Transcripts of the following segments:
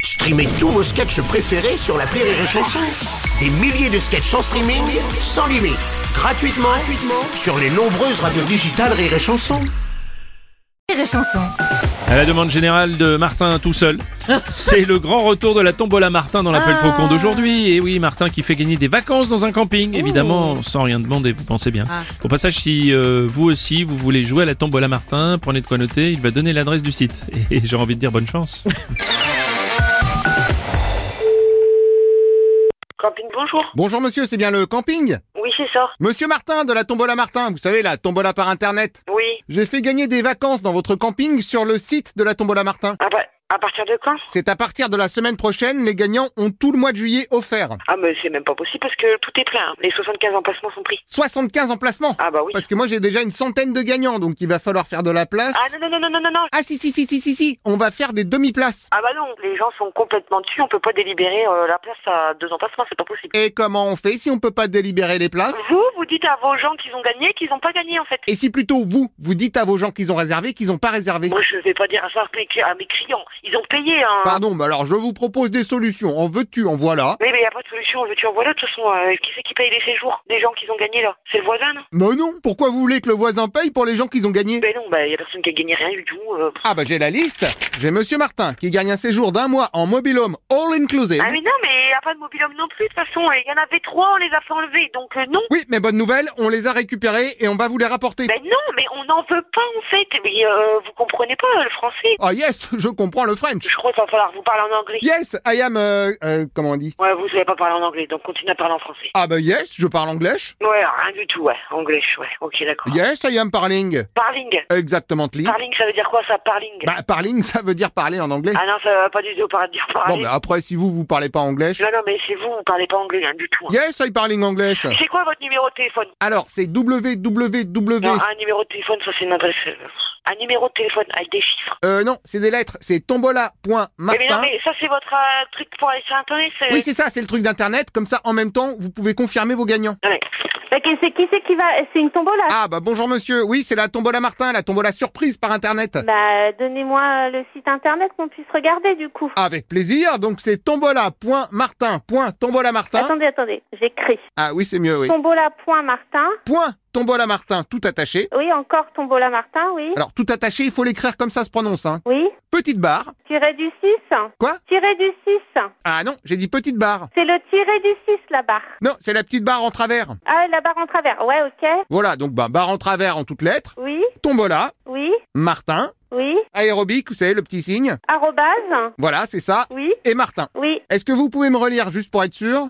Streamez tous vos sketchs préférés sur la Rire et Chanson. Des milliers de sketchs en streaming, sans limite, gratuitement, gratuitement sur les nombreuses radios digitales Rire et Chanson. Rire et chanson. À la demande générale de Martin tout seul, c'est le grand retour de la tombola Martin dans l'appel trop con d'aujourd'hui. Et oui, Martin qui fait gagner des vacances dans un camping, évidemment, sans rien demander, vous pensez bien. Au passage, si euh, vous aussi, vous voulez jouer à la tombola Martin, prenez de quoi noter, il va donner l'adresse du site. Et, j'ai envie de dire bonne chance. Camping, bonjour. Bonjour monsieur, c'est bien le camping Oui, c'est ça. Monsieur Martin de la Tombola Martin, vous savez la Tombola par internet. Oui. J'ai fait gagner des vacances dans votre camping sur le site de la Tombola Martin. Ah bah, à partir de quand C'est à partir de la semaine prochaine, les gagnants ont tout le mois de juillet offert. Ah, mais c'est même pas possible parce que tout est plein. Les 75 emplacements sont pris. 75 emplacements Ah bah oui. Parce que moi j'ai déjà une centaine de gagnants, donc il va falloir faire de la place. Ah non, non, non, non, non, non, non. Ah si si si si si si, on va faire des demi-places. Ah bah non, les gens sont complètement dessus. On peut pas délibérer euh, la place à deux emplacements, c'est pas possible. Et comment on fait si on peut pas délibérer les places Vous, vous dites à vos gens qu'ils ont gagné, qu'ils ont pas gagné en fait. Et si plutôt vous, vous dites à vos gens qu'ils ont réservé, qu'ils ont pas réservé Moi, je vais pas dire ça à mes cli- à mes clients. Ils ont payé, hein. Pardon, mais alors je vous propose des solutions. En veux-tu, en voilà. Oui, mais y a pas de solution. Veux-tu en voilà De toute façon, euh, qui c'est qui paye les séjours Des gens qu'ils ont gagné là C'est le voisin, non Mais non, pourquoi vous voulez que le voisin paye pour les gens qu'ils ont gagné Ben non, bah y a personne qui a gagné rien du tout. euh. Ah bah j'ai la liste. J'ai Monsieur Martin qui gagne un séjour d'un mois en mobilhome all inclusive. Ah mais non, mais y a pas de mobilhome non plus de toute façon. Il y en avait trois, on les a fait enlever, donc euh, non. Oui, mais bonne nouvelle, on les a récupérés et on va vous les rapporter. Ben non, mais on n'en veut pas en fait. Mais euh, vous comprenez pas euh, le français. Oh yes, je comprends le French. Je crois qu'il va falloir vous parler en anglais. Yes, I am... euh, euh, comment on dit Ouais, vous savez pas parler en anglais, donc continuez à parler en français. Ah bah yes, je parle anglais. Ouais, rien du tout, ouais. Anglais, ouais. Ok, d'accord. Yes, I am parling. Parling. Exactement. Parling, ça veut dire quoi ça Parling. Bah parling, ça veut dire parler en anglais. Ah non, ça va pas du tout par- dire Bon, bah. parler. mais après, si vous, vous parlez pas anglais. Non, non, mais c'est vous, vous parlez pas anglais, rien du tout. hein. Yes, I parling anglais. C'est quoi votre numéro de téléphone Alors, c'est www... Non, un numéro de téléphone, ça c'est une adresse. euh, Un numéro de téléphone avec des chiffres. Euh, non, c'est des lettres. C'est Mais, mais non, tombola.martin. Eh mais ça c'est votre euh, truc pour aller sur internet. c'est- Oui, c'est ça, c'est le truc d'internet. Comme ça, en même temps, vous pouvez confirmer vos gagnants. Ouais. Bah, que- c'est qui c'est qui va C'est une tombola. Ah, bah bonjour monsieur. Oui, c'est la tombola Martin, la tombola surprise par internet. Bah, donnez-moi le site internet qu'on puisse regarder du coup. Avec plaisir. Donc c'est tombola.martin.tombolamartin. Attendez, attendez, j'écris. Ah oui, c'est mieux, oui. Tombola.martin. Point tombola Martin, tout attaché. Oui, encore tombola Martin, oui. Alors, tout attaché, il faut l'écrire comme ça se prononce, hein. Oui. Petite barre. Tiré du 6. Quoi Tiré du 6. Ah non, j'ai dit petite barre. C'est le tiré du 6, la barre. Non, c'est la petite barre en travers. Ah, la barre en travers. Ouais, ok. Voilà, donc bah, barre en travers en toutes lettres. Oui, Tombola, oui, Martin, oui. aérobic, vous savez, le petit signe. Arrobase. Voilà, c'est ça. Oui, Et Martin. oui. Est-ce que vous pouvez me relire juste pour être sûr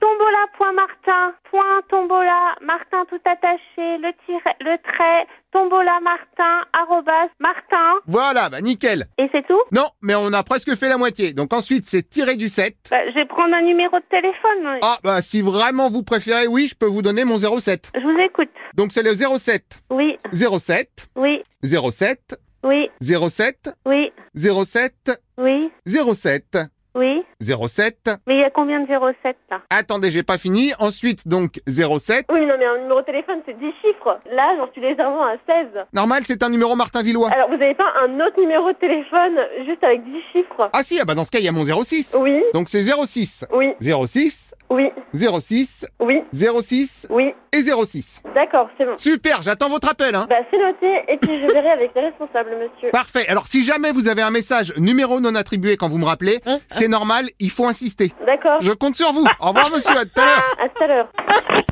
Tombola.martin. Point tombola. Martin tout attaché. Le tiré, le trait. Tombola Martin. Arrobase. Martin. Voilà, bah nickel. Et c'est tout Non, mais on a presque fait la moitié. Donc ensuite, c'est tiré du 7. Bah, je vais prendre un numéro de téléphone. Ah, bah si vraiment vous préférez, oui, je peux vous donner mon 07. Je vous écoute. Donc c'est le 07 Oui, 07 oui, 07 oui, 07 oui, 07 oui, 07 oui. 07. Mais il y a combien de 07 là Attendez, j'ai pas fini. Ensuite, donc 07. Oui, non, mais un numéro de téléphone, c'est 10 chiffres. Là, j'en suis légèrement à 16. Normal, c'est un numéro Martin Villois. Alors, vous n'avez pas un autre numéro de téléphone juste avec 10 chiffres Ah si, ah bah dans ce cas, il y a mon 06. Oui, Donc c'est 06 oui, 06 oui, 06 oui, 06 oui. et 06. D'accord, c'est bon. Super, j'attends votre appel, hein. Bah, c'est noté, et puis je verrai avec les responsables, monsieur. Parfait. Alors, si jamais vous avez un message numéro non attribué quand vous me rappelez, c'est normal, il faut insister. D'accord, Je compte sur vous. Au revoir, monsieur. À tout à l'heure. à tout à l'heure.